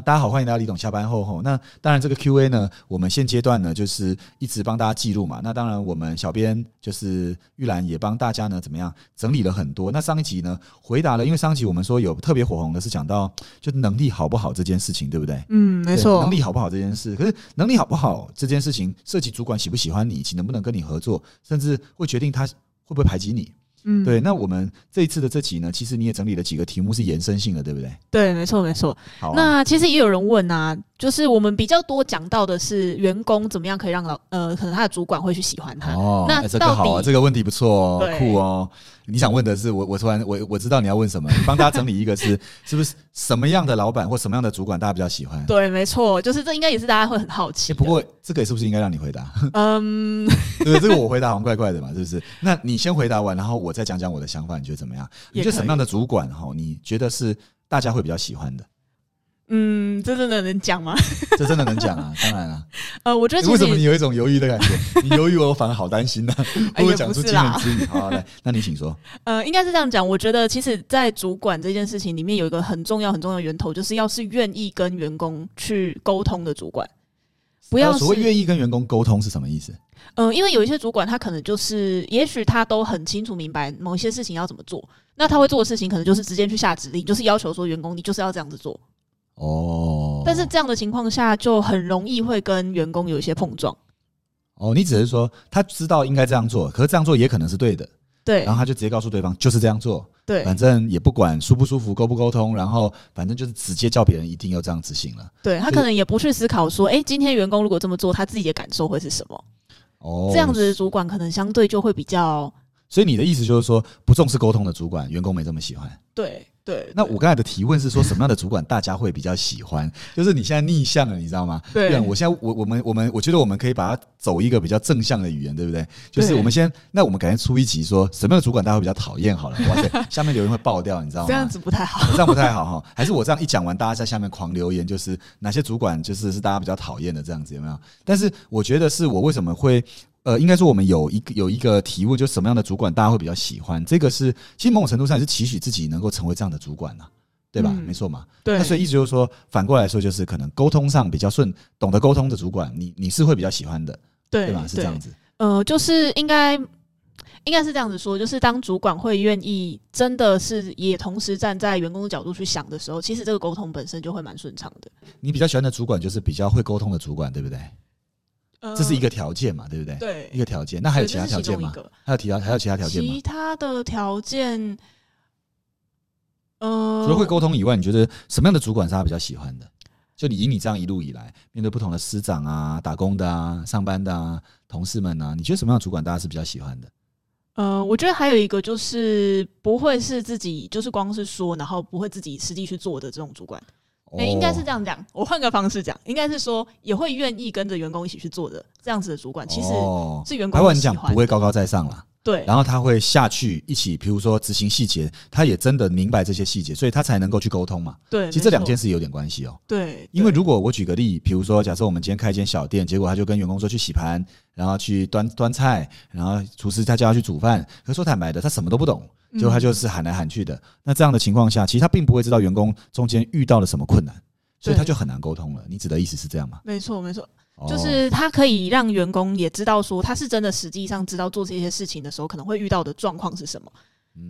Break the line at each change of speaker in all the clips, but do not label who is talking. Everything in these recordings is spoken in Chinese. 大家好，欢迎来到李董下班后吼。那当然，这个 Q&A 呢，我们现阶段呢就是一直帮大家记录嘛。那当然，我们小编就是玉兰也帮大家呢怎么样整理了很多。那上一集呢回答了，因为上一集我们说有特别火红的是讲到就能力好不好这件事情，对不对？
嗯，没
对
错
能，力好不好这件事，可是能力好不好这件事情，涉及主管喜不喜欢你，以及能不能跟你合作，甚至会决定他会不会排挤你。
嗯，
对，那我们这一次的这集呢，其实你也整理了几个题目是延伸性的，对不对？
对，没错，没错。
好、啊，
那其实也有人问啊，就是我们比较多讲到的是员工怎么样可以让老呃，可能他的主管会去喜欢他。
哦，
那
哎这个
到
好啊，
底
这个问题不错哦，
对
酷哦。你想问的是，我我突然我我知道你要问什么，帮大家整理一个是 是不是什么样的老板或什么样的主管大家比较喜欢？
对，没错，就是这应该也是大家会很好
哎
奇的。啊
不过这个也是不是应该让你回答？
嗯，
对，这个我回答好像怪怪的嘛，是不是？ 那你先回答完，然后我再讲讲我的想法，你觉得怎么样？你
也
觉得什
可
么样的主管哈，你觉得是大家会比较喜欢的？
嗯，这真的能讲吗？
这真的能讲啊，当然 了、
呃，我觉得
诶
其
哎为什
实
么你
也
有一种犹豫的感觉？你犹豫我反而好担 心呢、会不会讲出
哎也不
惊
是啦
人之语？好，来，那你请说。
呃，应该是这样讲。我觉得其实，在主管这件事情里面，有一个很重要、很重要的源头，就是要是愿意跟员工去沟通的主管，不要
呃所谓
是
愿意跟员工沟通是什么意思？
嗯，因为有一些主管他可能就是，也许他都很清楚明白某一些事情要怎么做，那他会做的事情可能就是直接去下指令，就是要求说员工你就是要这样子做。
哦，
但是这样的情况下，就很容易会跟员工有一些碰撞。
哦，你只是说他知道应该这样做，可是这样做也可能是对的，
对
然后他就直接告诉对方就是这样做，
对
反正也不管舒不舒服、沟不沟通，然后反正就是直接叫别人一定要这样执行了。
对，他
就是
可能也不去思考说，哎、今天员工如果这么做，他自己的感受会是什么？
哦，
这样子的主管可能相对就会比较
所以你的意思就是说，不重视沟通的主管，员工没这么喜欢。
对对。
那我刚才的提问是说，什么样的主管大家会比较喜欢？就是你现在逆向了，你知道吗？
对
啊我现在我我们我们我觉得我们可以把它走一个比较正向的语言，对不对？就是
对
我们先，那我们赶快出一集说什么样的主管大家会比较讨厌好了。哇塞，下面留言会爆掉，你 知道吗？
这样子不太好。
这样不太好哈， 还是我这样一讲完，大家在下面狂留言，就是哪些主管就是是大家比较讨厌的这样子有没有？但是我觉得是我为什么会。呃，应该说我们有一个有一个题目，就什么样的主管大家会比较喜欢？这个是其实某种程度上也是期许自己能够成为这样的主管呐、啊对吧？
嗯
没错嘛。
对
那所以意思就是说，反过来说就是可能沟通上比较顺，懂得沟通的主管，你你是会比较喜欢的，
对
对吧？是这样子。
呃，就是应该应该是这样子说，就是当主管会愿意，真的是也同时站在员工的角度去想的时候，其实这个沟通本身就会蛮顺畅的。
你比较喜欢的主管就是比较会沟通的主管，对不对？
呃
这是一个条件嘛，对不对？
对
一，个条件。那还有
对
其他
这是
条件
中一
吗？
个
还有其他还有其他条件吗？
其他的条件，呃，
除了会沟通以外，你觉得什么样的主管是他比较喜欢的？就你以你这样一路以来，面对不同的师长啊、打工的啊、上班的啊、同事们啊，你觉得什么样的主管大家是比较喜欢的？
呃，我觉得还有一个就是不会是自己就是光是说，然后不会自己实际去做的这种主管。
哦
哎、应该是这
样。
样讲，我换个方式讲，应该是说也会愿意跟着员工一起去做的这样子的主管，其实
哦
是员
白
工
话
会
你
喜
讲
欢
不。会高高在上啦，
对，
然后他会下去一起，比如说执行细节，他也真的明白这些细节，所以他才能够去沟通嘛。
对，
其实
没
这两
错
件事有点关系哦。
对，
因为
对
如果我举个例，比如说，假设我们今天开一间小店，结果他就跟员工说去洗盘，然后去端端菜，然后厨师他叫他去煮饭，可是说坦白的，他什么都不懂，
嗯
结果他就是喊来喊去的。那这样的情况下，其实他并不会知道员工中间遇到了什么困难，所以
对
他就很难沟通了。你指的意思是这样吗？
没错没错，
哦
就是他可以让员工也知道说他是真的实际上知道做这些事情的时候可能会遇到的状况是什么。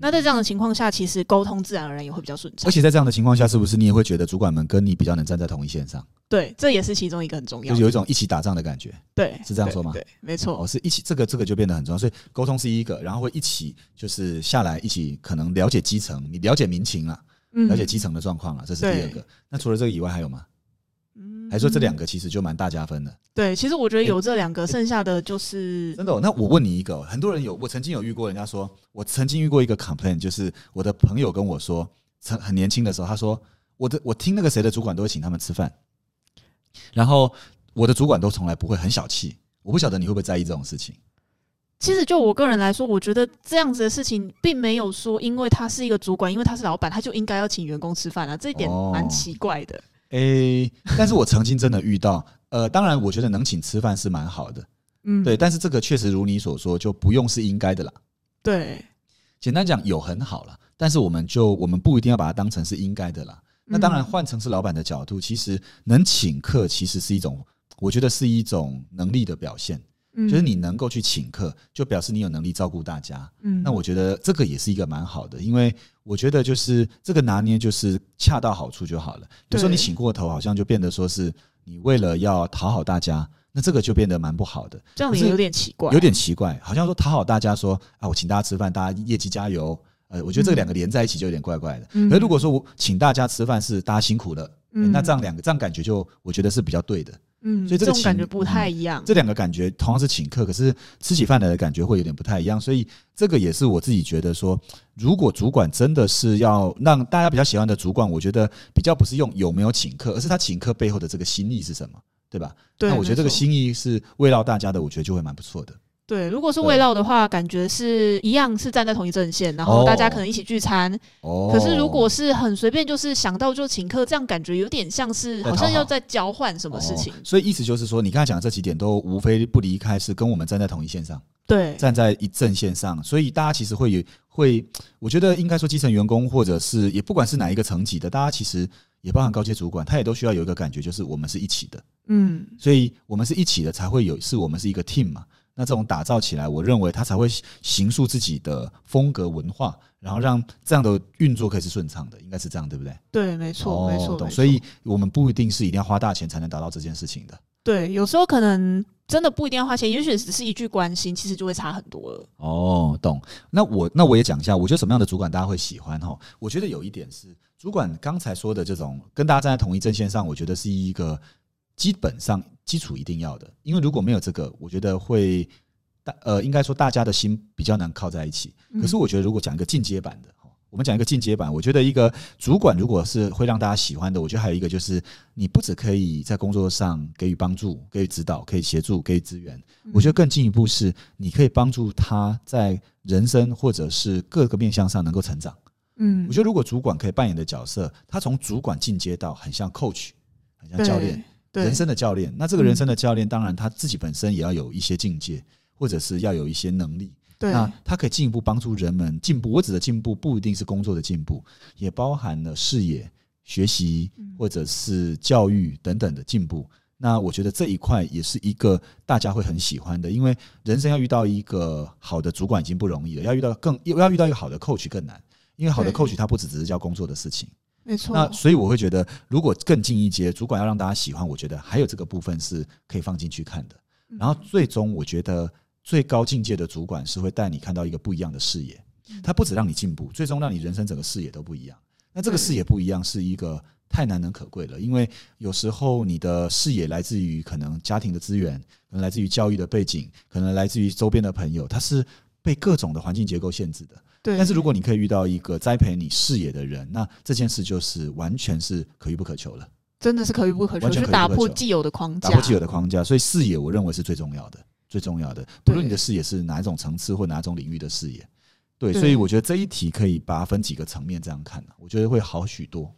那在这样的情况下，其实沟通自然而然也会比较顺
嗯
畅
而。且在这样的情况下，是不是你也会觉得主管们跟你比较能站在同一线上，
对，这也是其中一个很重
就
要
是
的。
有一种一起打仗的感觉？
对，
是这样
对
说吗
对，没错。
哦，是一起这个这个就变得很重要，所以沟通是一个，然后会一起就是下来一起可能了解基层，你了解民情啊，
嗯
了解基层的状况了，这是第二个。那除了这个以外还有吗？
嗯
还说这两个其实就蛮大加分的，
对，其实我觉得有这两个，剩下的就是
真的哦、那我问你一个哦，很多人有我曾经有遇过，人家说我曾经遇过一个 complaint，就是我的朋友跟我说，曾很年轻的时候，他说我的我听那个谁的主管都会请他们吃饭，然后我的主管都从来不会很小气，我不晓得你会不会在意这种事情。
其实就我个人来说，我觉得这样子的事情并没有说，因为他是一个主管，因为他是老板，他就应该要请员工吃饭啊，这一点
哦
蛮奇怪的。
诶、但是我曾经真的遇到，呃，当然我觉得能请吃饭是蛮好的，
嗯，
对，但是这个确实如你所说，就不用是应该的啦。
对，
简单讲，有很好啦，但是我们就我们不一定要把它当成是应该的啦。
嗯
那当然，换成是老板的角度，其实能请客其实是一种，我觉得是一种能力的表现，
嗯
就是你能够去请客，就表示你有能力照顾大家。
嗯
那我觉得这个也是一个蛮好的，因为我觉得就是这个拿捏就是恰到好处就好了。有时候你
对
请过头，好像就变得说是你为了要讨好大家，那这个就变得蛮不好的，
这样
可
也
是
有点奇怪，
有点哎奇怪，好像说讨好大家说啊，我请大家吃饭，大家业绩加油。呃，我觉得这
嗯
两个连在一起就有点怪怪的。
嗯
可是如果说我请大家吃饭是大家辛苦了，欸那这样两个这样感觉就我觉得是比较对的。
嗯，
所以这个
这种感
情嗯
觉不太一样。
这两个感觉同样是请客，可是吃起饭来的感觉会有点不太一样，所以这个也是我自己觉得说，如果主管真的是要让大家比较喜欢的主管，我觉得比较不是用有没有请客，而是他请客背后的这个心意是什么，对吧？
对，
那我觉得这
没
个
错
心意是慰劳大家的，我觉得就会蛮不错的。
对，如果是
对
围绕的话，感觉是一样是站在同一阵线，然后大家可能一起聚餐。
哦，
可是如果是很随便，就是想到就请客，这样感觉有点像是
在
好
讨
像
好
要在交换什么事情
哦。所以意思就是说，你刚才讲的这几点都无非不离开是跟我们站在同一线上。
对，
站在一阵线上，所以大家其实会有会，我觉得应该说基层员工或者是也不管是哪一个层级的，大家其实也包含高阶主管，他也都需要有一个感觉，就是我们是一起的，
嗯，
所以我们是一起的才会有，是我们是一个 team 嘛。那这种打造起来，我认为他才会形塑自己的风格文化，然后让这样的运作可以是顺畅的，应该是这样，对不对？哦
对，没错，没错，
懂。
没
所以
错
我们不一定是一定要花大钱才能达到这件事情的。
对，有时候可能真的不一定要花钱，也许只是一句关心，其实就会差很多了。
哦，懂。那我那我也讲一下，我觉得什么样的主管大家会喜欢哈？我觉得有一点是，主管刚才说的这种跟大家站在同一阵线上，我觉得是一个基本上基础一定要的，因为如果没有这个，我觉得会大呃，应该说大家的心比较难靠在一起。
嗯
可是我觉得，如果讲一个进阶版的。齁我们讲一个进阶版，我觉得一个主管如果是会让大家喜欢的，我觉得还有一个就是，你不只可以在工作上给予帮助、给予指导、可以协助、给予资源，
嗯
我觉得更进一步是，你可以帮助他在人生或者是各个面向上能够成长。
嗯，
我觉得如果主管可以扮演的角色，他从主管进阶到很像 coach，很像
对
教练，
对嗯
人生的教练。那这个人生的教练，当然他自己本身也要有一些境界，或者是要有一些能力。
对
那它可以进一步帮助人们进步。我指的进步不一定是工作的进步，也包含了视野、学习
嗯
或者是教育等等的进步。那我觉得这一块也是一个大家会很喜欢的，因为人生要遇到一个好的主管已经不容易了，要遇到更要遇到一个好的 coach 更难，因为好的
对
coach 他不只只是教工作的事情。
没错，
那所以我会觉得，如果更进一阶，主管要让大家喜欢，我觉得还有这个部分是可以放进去看的。然后最终，我觉得最高境界的主管是会带你看到一个不一样的视野，他不止让你进步，最终让你人生整个视野都不一样。那这个
对
视野不一样是一个太难能可贵了，因为有时候你的视野来自于可能家庭的资源，可能来自于教育的背景，可能来自于周边的朋友，它是被各种的环境结构限制的。
对，
但是如果你可以遇到一个栽培你视野的人，那这件事就是完全是可遇不可求了，
真的是可遇不可求，
完全
就
可遇
打
不可
破
求
既有的框架，
打破既有的框架。所以视野，我认为是最重要的，最重要的。不论你的视野是哪一种层次或哪种领域的视野，对，
对
所以我觉得这一题可以把它分几个层面这样看、啊、我觉得会好许多。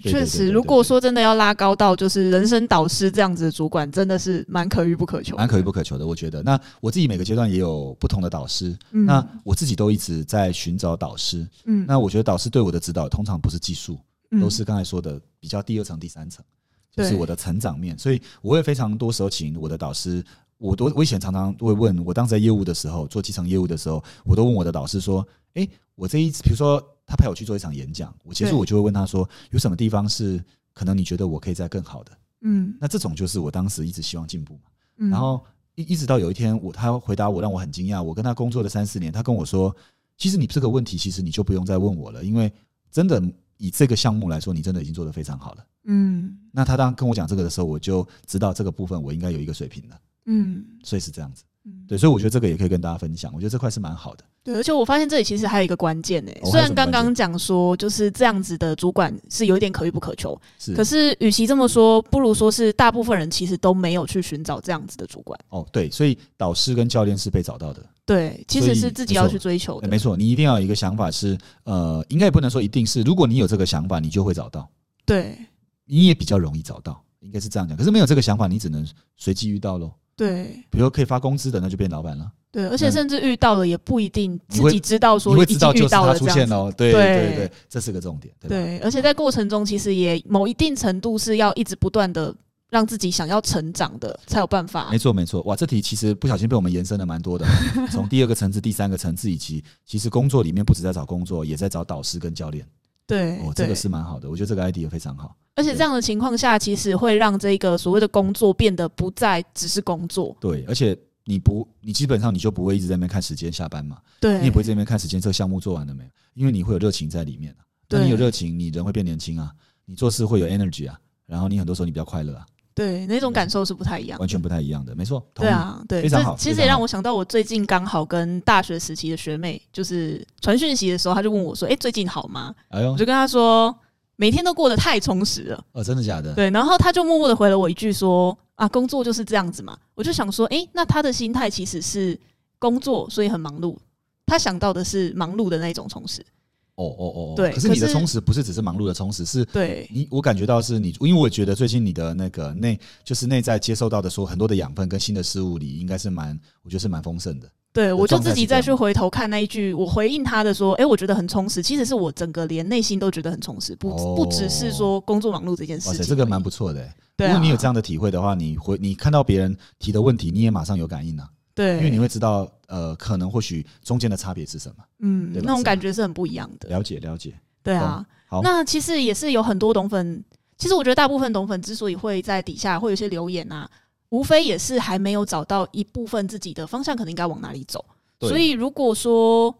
对
确
对对
实，
对
如
对
果
对
说真的要拉高到就是人生导师这样子的主管，真的是蛮可遇不可求的。
蛮可遇不可求的，我觉得。那我自己每个阶段也有不同的导师，
嗯
那我自己都一直在寻找导师。
嗯
那我觉得导师对我的指导通常不是技术，
嗯
都是刚才说的比较第二层、第三层，就
对
是我的成长面。所以我会非常多时候请我的导师，我都我以前常常会问我当时在业务的时候，做基层业务的时候，我都问我的导师说：“诶，我这一次，比如说他派我去做一场演讲，我结束
对
我就会问他说，有什么地方是可能你觉得我可以再更好的？
嗯
那这种就是我当时一直希望进步嘛。
嗯，
然后一一直到有一天我，他回答我让我很惊讶。我跟他工作了三四年，他跟我说，其实你这个问题，其实你就不用再问我了，因为真的以这个项目来说，你真的已经做得非常好了。
嗯
那他当跟我讲这个的时候，我就知道这个部分我应该有一个水平了，
嗯
所以是这样子。
嗯，
对，所以我觉得这个也可以跟大家分享，我觉得这块是蛮好的。
对，而且我发现这里其实还有一个关键呢、
哦
虽
还有什
然
么
刚
关
刚
键
讲说就是这样子的主管是有一点可遇不可求，
是，
可是与其这么说，不如说是大部分人其实都没有去寻找这样子的主管。
哦，对，所以导师跟教练是被找到的。
对，其实
所以
是自己
没
要
错
去追求
哎
的。
没错，你一定要有一个想法是，呃，应该也不能说一定是，如果你有这个想法，你就会找到。
对
你也比较容易找到，应该是这样讲。可是没有这个想法，你只能随机遇到喽。
对
比如可以发工资的，那就变老板了。
对，而且
嗯
甚至遇到了也不一定
你
自
会
己知道
你
说
会
已
知
经
道
遇
就是
到
他
了
出
这样
现
子。
喽，对
对
对对，这是个重点，对吧？
对，而且在过程中其实也某一定程度是要一直不断的让自己想要成长的，才有办法
没。错没错，哇，这题其实不小心被我们延伸了蛮多 的，从第二个层次、第三个层次，以及其实工作里面不止在找工作，也在找导师跟教练。
对，
哦，这
对
个是蛮好的，我觉得这个 idea 非常好。
而且这样的情况下，其实会让这个所谓的工作变得不再只是工作。
对，而且你不，你基本上你就不会一直在那边看时间下班嘛，
对，
你也不会在那边看时间这个项目做完了没有，因为你会有热情在里面、啊、那
对
你有热情，你人会变年轻啊，你做事会有 energy 啊，然后你很多时候你比较快乐啊，
对那种感受是不太一样的。
完全不太一样的，没错。同
啊对
意，
啊，对，
非常好
这其
非
实
常
也让
好
我想到，我最近刚好跟大学时期的学妹，就是传讯息的时候，她就问我说：“哎、最近好吗？”
哎呦
我就，跟她说：“每天都过得太充实了。
哦，真的假”的？
对，然后她就默默的回了我一句说：“啊，工作就是这样子嘛。”我就想说：“哎、那她的心态其实是工作，所以很忙碌。她想到的是忙碌的那种充实。
哦哦哦哦，
对
可是你的
可是
充实不是只是忙碌的充实，是
对，
你我感觉到是你，因为我觉得最近你的那个内就是内在接受到的说很多的养分跟新的事物里，应该是蛮，我觉得是蛮丰盛的。
对，我就
状态
自
是
己
这
再
样
去回头看那一句，我回应他的说：“诶，我觉得很充实。”其实是我整个连内心都觉得很充实，不、不只是说工作忙碌这件事
哦哇塞，
情。
这个蛮不，错的、欸。
对、啊，
如果你有这样的体会的话，你会你看到别人提的问题，你也马上有感应啊，
对，
因为你会知道呃，可能或许中间的差别是什么。
嗯，
对吧
那种感觉是很不一样的。
了解了解，
对啊，
好
那其实也是有很多懂粉，其实我觉得大部分懂粉之所以会在底下会有一些留言啊，无非也是还没有找到一部分自己的方向，可能应该往哪里走。
对
所以如果说，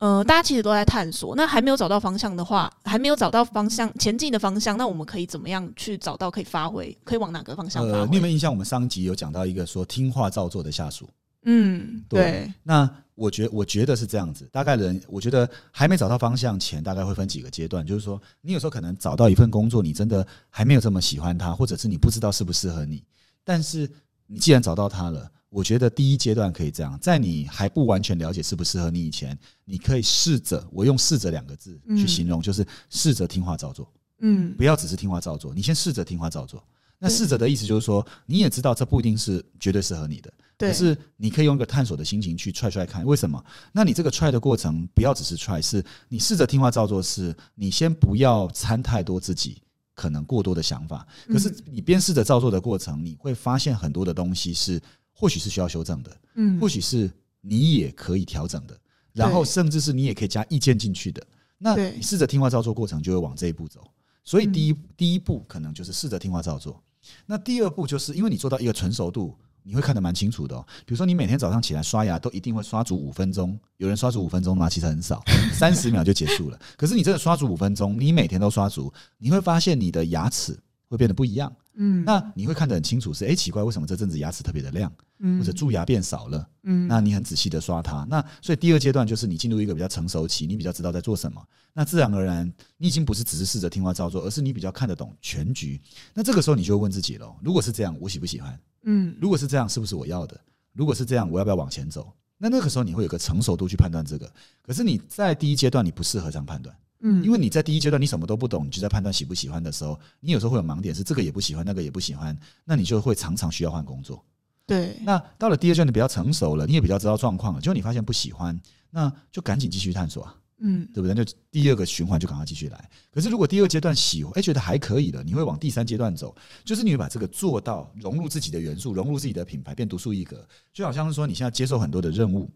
呃，大家其实都在探索，那还没有找到方向的话，还没有找到方向前进的方向，那我们可以怎么样去找到可以发挥，可以往哪个方向发
呃，你
挥？嗯
有没有印象？我们上一集有讲到一个说听话照做的下属，
嗯，
对
对，
那我觉我觉得是这样子，大概人我觉得还没找到方向前，大概会分几个阶段，就是说你有时候可能找到一份工作，你真的还没有这么喜欢它，或者是你不知道适不适合你，但是你既然找到它了，我觉得第一阶段可以这样，在你还不完全了解适不适合你以前，你可以试着，我用“试着”两个字去
嗯
形容，就是试着听话照做。
嗯
不要只是听话照做，你先试着听话照做。那
对
试着的意思就是说，你也知道这不一定是绝对适合你的，
对
可是你可以用一个探索的心情去踹踹看。为什么？那你这个踹的过程不要只是踹，是你试着听话照做，是你先不要掺太多自己可能过多的想法。
嗯
可是你边试着照做的过程，你会发现很多的东西是或许是需要修正的，
嗯
或许是你也可以调整的，然后
对
甚至是你也可以加意见进去的。那
对
你试着听话照做过程就会往这一步走。所以
嗯
第一、第一步可能就是试着听话照做。那第二步就是因为你做到一个成熟度，你会看得蛮清楚的、哦。比如说你每天早上起来刷牙都一定会刷足五分钟，有人刷足五分钟吗？其实很 少，三十秒就结束了。可是你真的刷足五分钟，你每天都刷足，你会发现你的牙齿会变得不一样。
嗯
那你会看得很清楚是，诶哎奇怪，为什么这阵子牙齿特别的亮，或者蛀牙变少了？
嗯
那你很仔细的刷它。那所以第二阶段就是你进入一个比较成熟期，你比较知道在做什么。那自然而然，你已经不是只是试着听话照做，而是你比较看得懂全局。那这个时候你就会问自己喽：如果是这样，我喜不喜欢？
嗯
如果是这样，是不是我要的？如果是这样，我要不要往前走？那那个时候你会有个成熟度去判断这个。可是你在第一阶段你不适合这样判断，
嗯
因为你在第一阶段你什么都不懂，你就在判断喜不喜欢的时候，你有时候会有盲点，是这个也不喜欢，那个也不喜欢，那你就会常常需要换工作。
对
那到了第二阶段，你比较成熟了，你也比较知道状况了，结果你发现不喜欢，那就赶紧继续探索啊，
嗯
对不对？那就第二个循环就赶快继续来。可是如果第二阶段喜欢，哎，觉得还可以了，你会往第三阶段走，就是你会把这个做到融入自己的元素，融入自己的品牌，变独树一格。就好像是说，你现在接受很多的任务。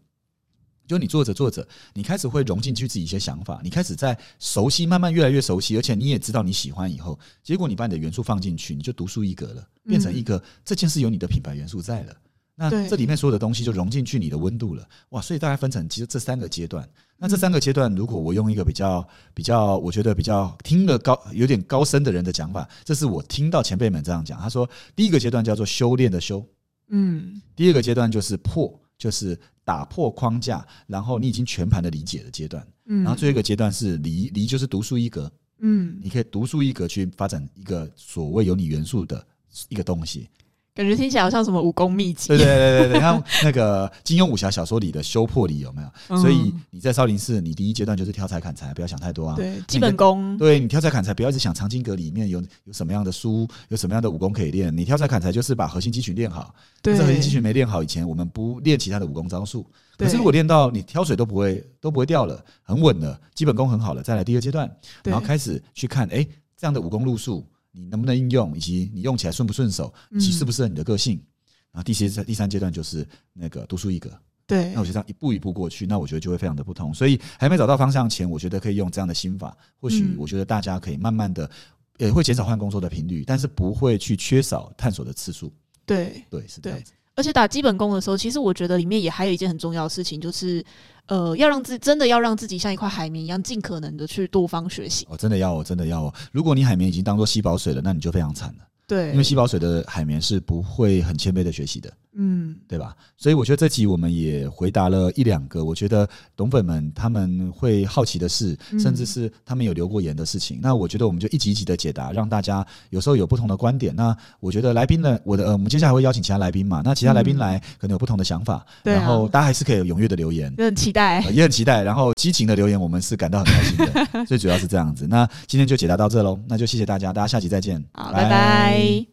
就你做着做着，你开始会融进去自己一些想法，你开始在熟悉，慢慢越来越熟悉，而且你也知道你喜欢以后，结果你把你的元素放进去，你就独树一格了，变成一个、这件事有你的品牌元素在了。那
嗯对
这里面所有的东西就融进去你的温度了，哇！所以大概分成其实这三个阶段。那这三个阶段，如果我用一个比较比较，我觉得比较听了高有点高深的人的讲法，这是我听到前辈们这样讲。他说，第一个阶段叫做修炼的修，
嗯
第二个阶段就是破，就是打破框架，然后你已经全盘的理解的阶段。
嗯，
然后最后一个阶段是离，离就是独树一格，
嗯
你可以独树一格去发展一个所谓有你元素的一个东西。
感觉听起来好像什么武功秘 籍。
对对对对对， 像那个金庸武侠小说里的修破里有没有？
嗯
所以你在少林寺，你第一阶段就是挑柴砍柴，不要想太多啊。
对基本功，
对你挑柴砍柴，不要一直想藏经阁里面有有什么样的书，有什么样的武功可以练。你挑柴砍柴就是把核心肌群练好。
对
可是核心肌群没练好以前，我们不练其他的武功招数。可是
对
如果练到你挑水都不会都不会掉了，很稳了，基本功很好了，再来第二阶段，
对
然后开始去看，哎，这样的武功路数你能不能应用，以及你用起来顺不顺手，以及
嗯
适不适合你的个性。然后第四第三阶段就是那个读书一格，
对
那我就这样一步一步过去，那我觉得就会非常的不同。所以还没找到方向前，我觉得可以用这样的心法，或许
嗯
我觉得大家可以慢慢的，也会减少换工作的频率，但是不会去缺少探索的次数。
对，
对，是这样子。
而且打基本功的时候，其实我觉得里面也还有一件很重要的事情，就是呃，要让自真的要让自己像一块海绵一样，尽可能的去多方学习。
哦，真的要哦，真的要哦。如果你海绵已经当做吸饱水了，那你就非常惨了，
对，
因为吸饱水的海绵是不会很谦卑的学习的。
嗯，
对吧？所以我觉得这集我们也回答了一两个，我觉得懂粉们他们会好奇的事，
嗯
甚至是他们有留过言的事情。那我觉得我们就一集一集的解答，让大家有时候有不同的观点。那我觉得来宾呢，我的呃，我们接下来会邀请其他来宾嘛？那其他来宾来可能有不同的想法，
嗯对啊
然后大家还是可以踊跃的留 言。
就很期待
呃。也很期待，然后激情的留言我们是感到很开心的，最主要是这样子。那今天就解答到这喽，那就谢谢大家，大家下集再见，
好，拜拜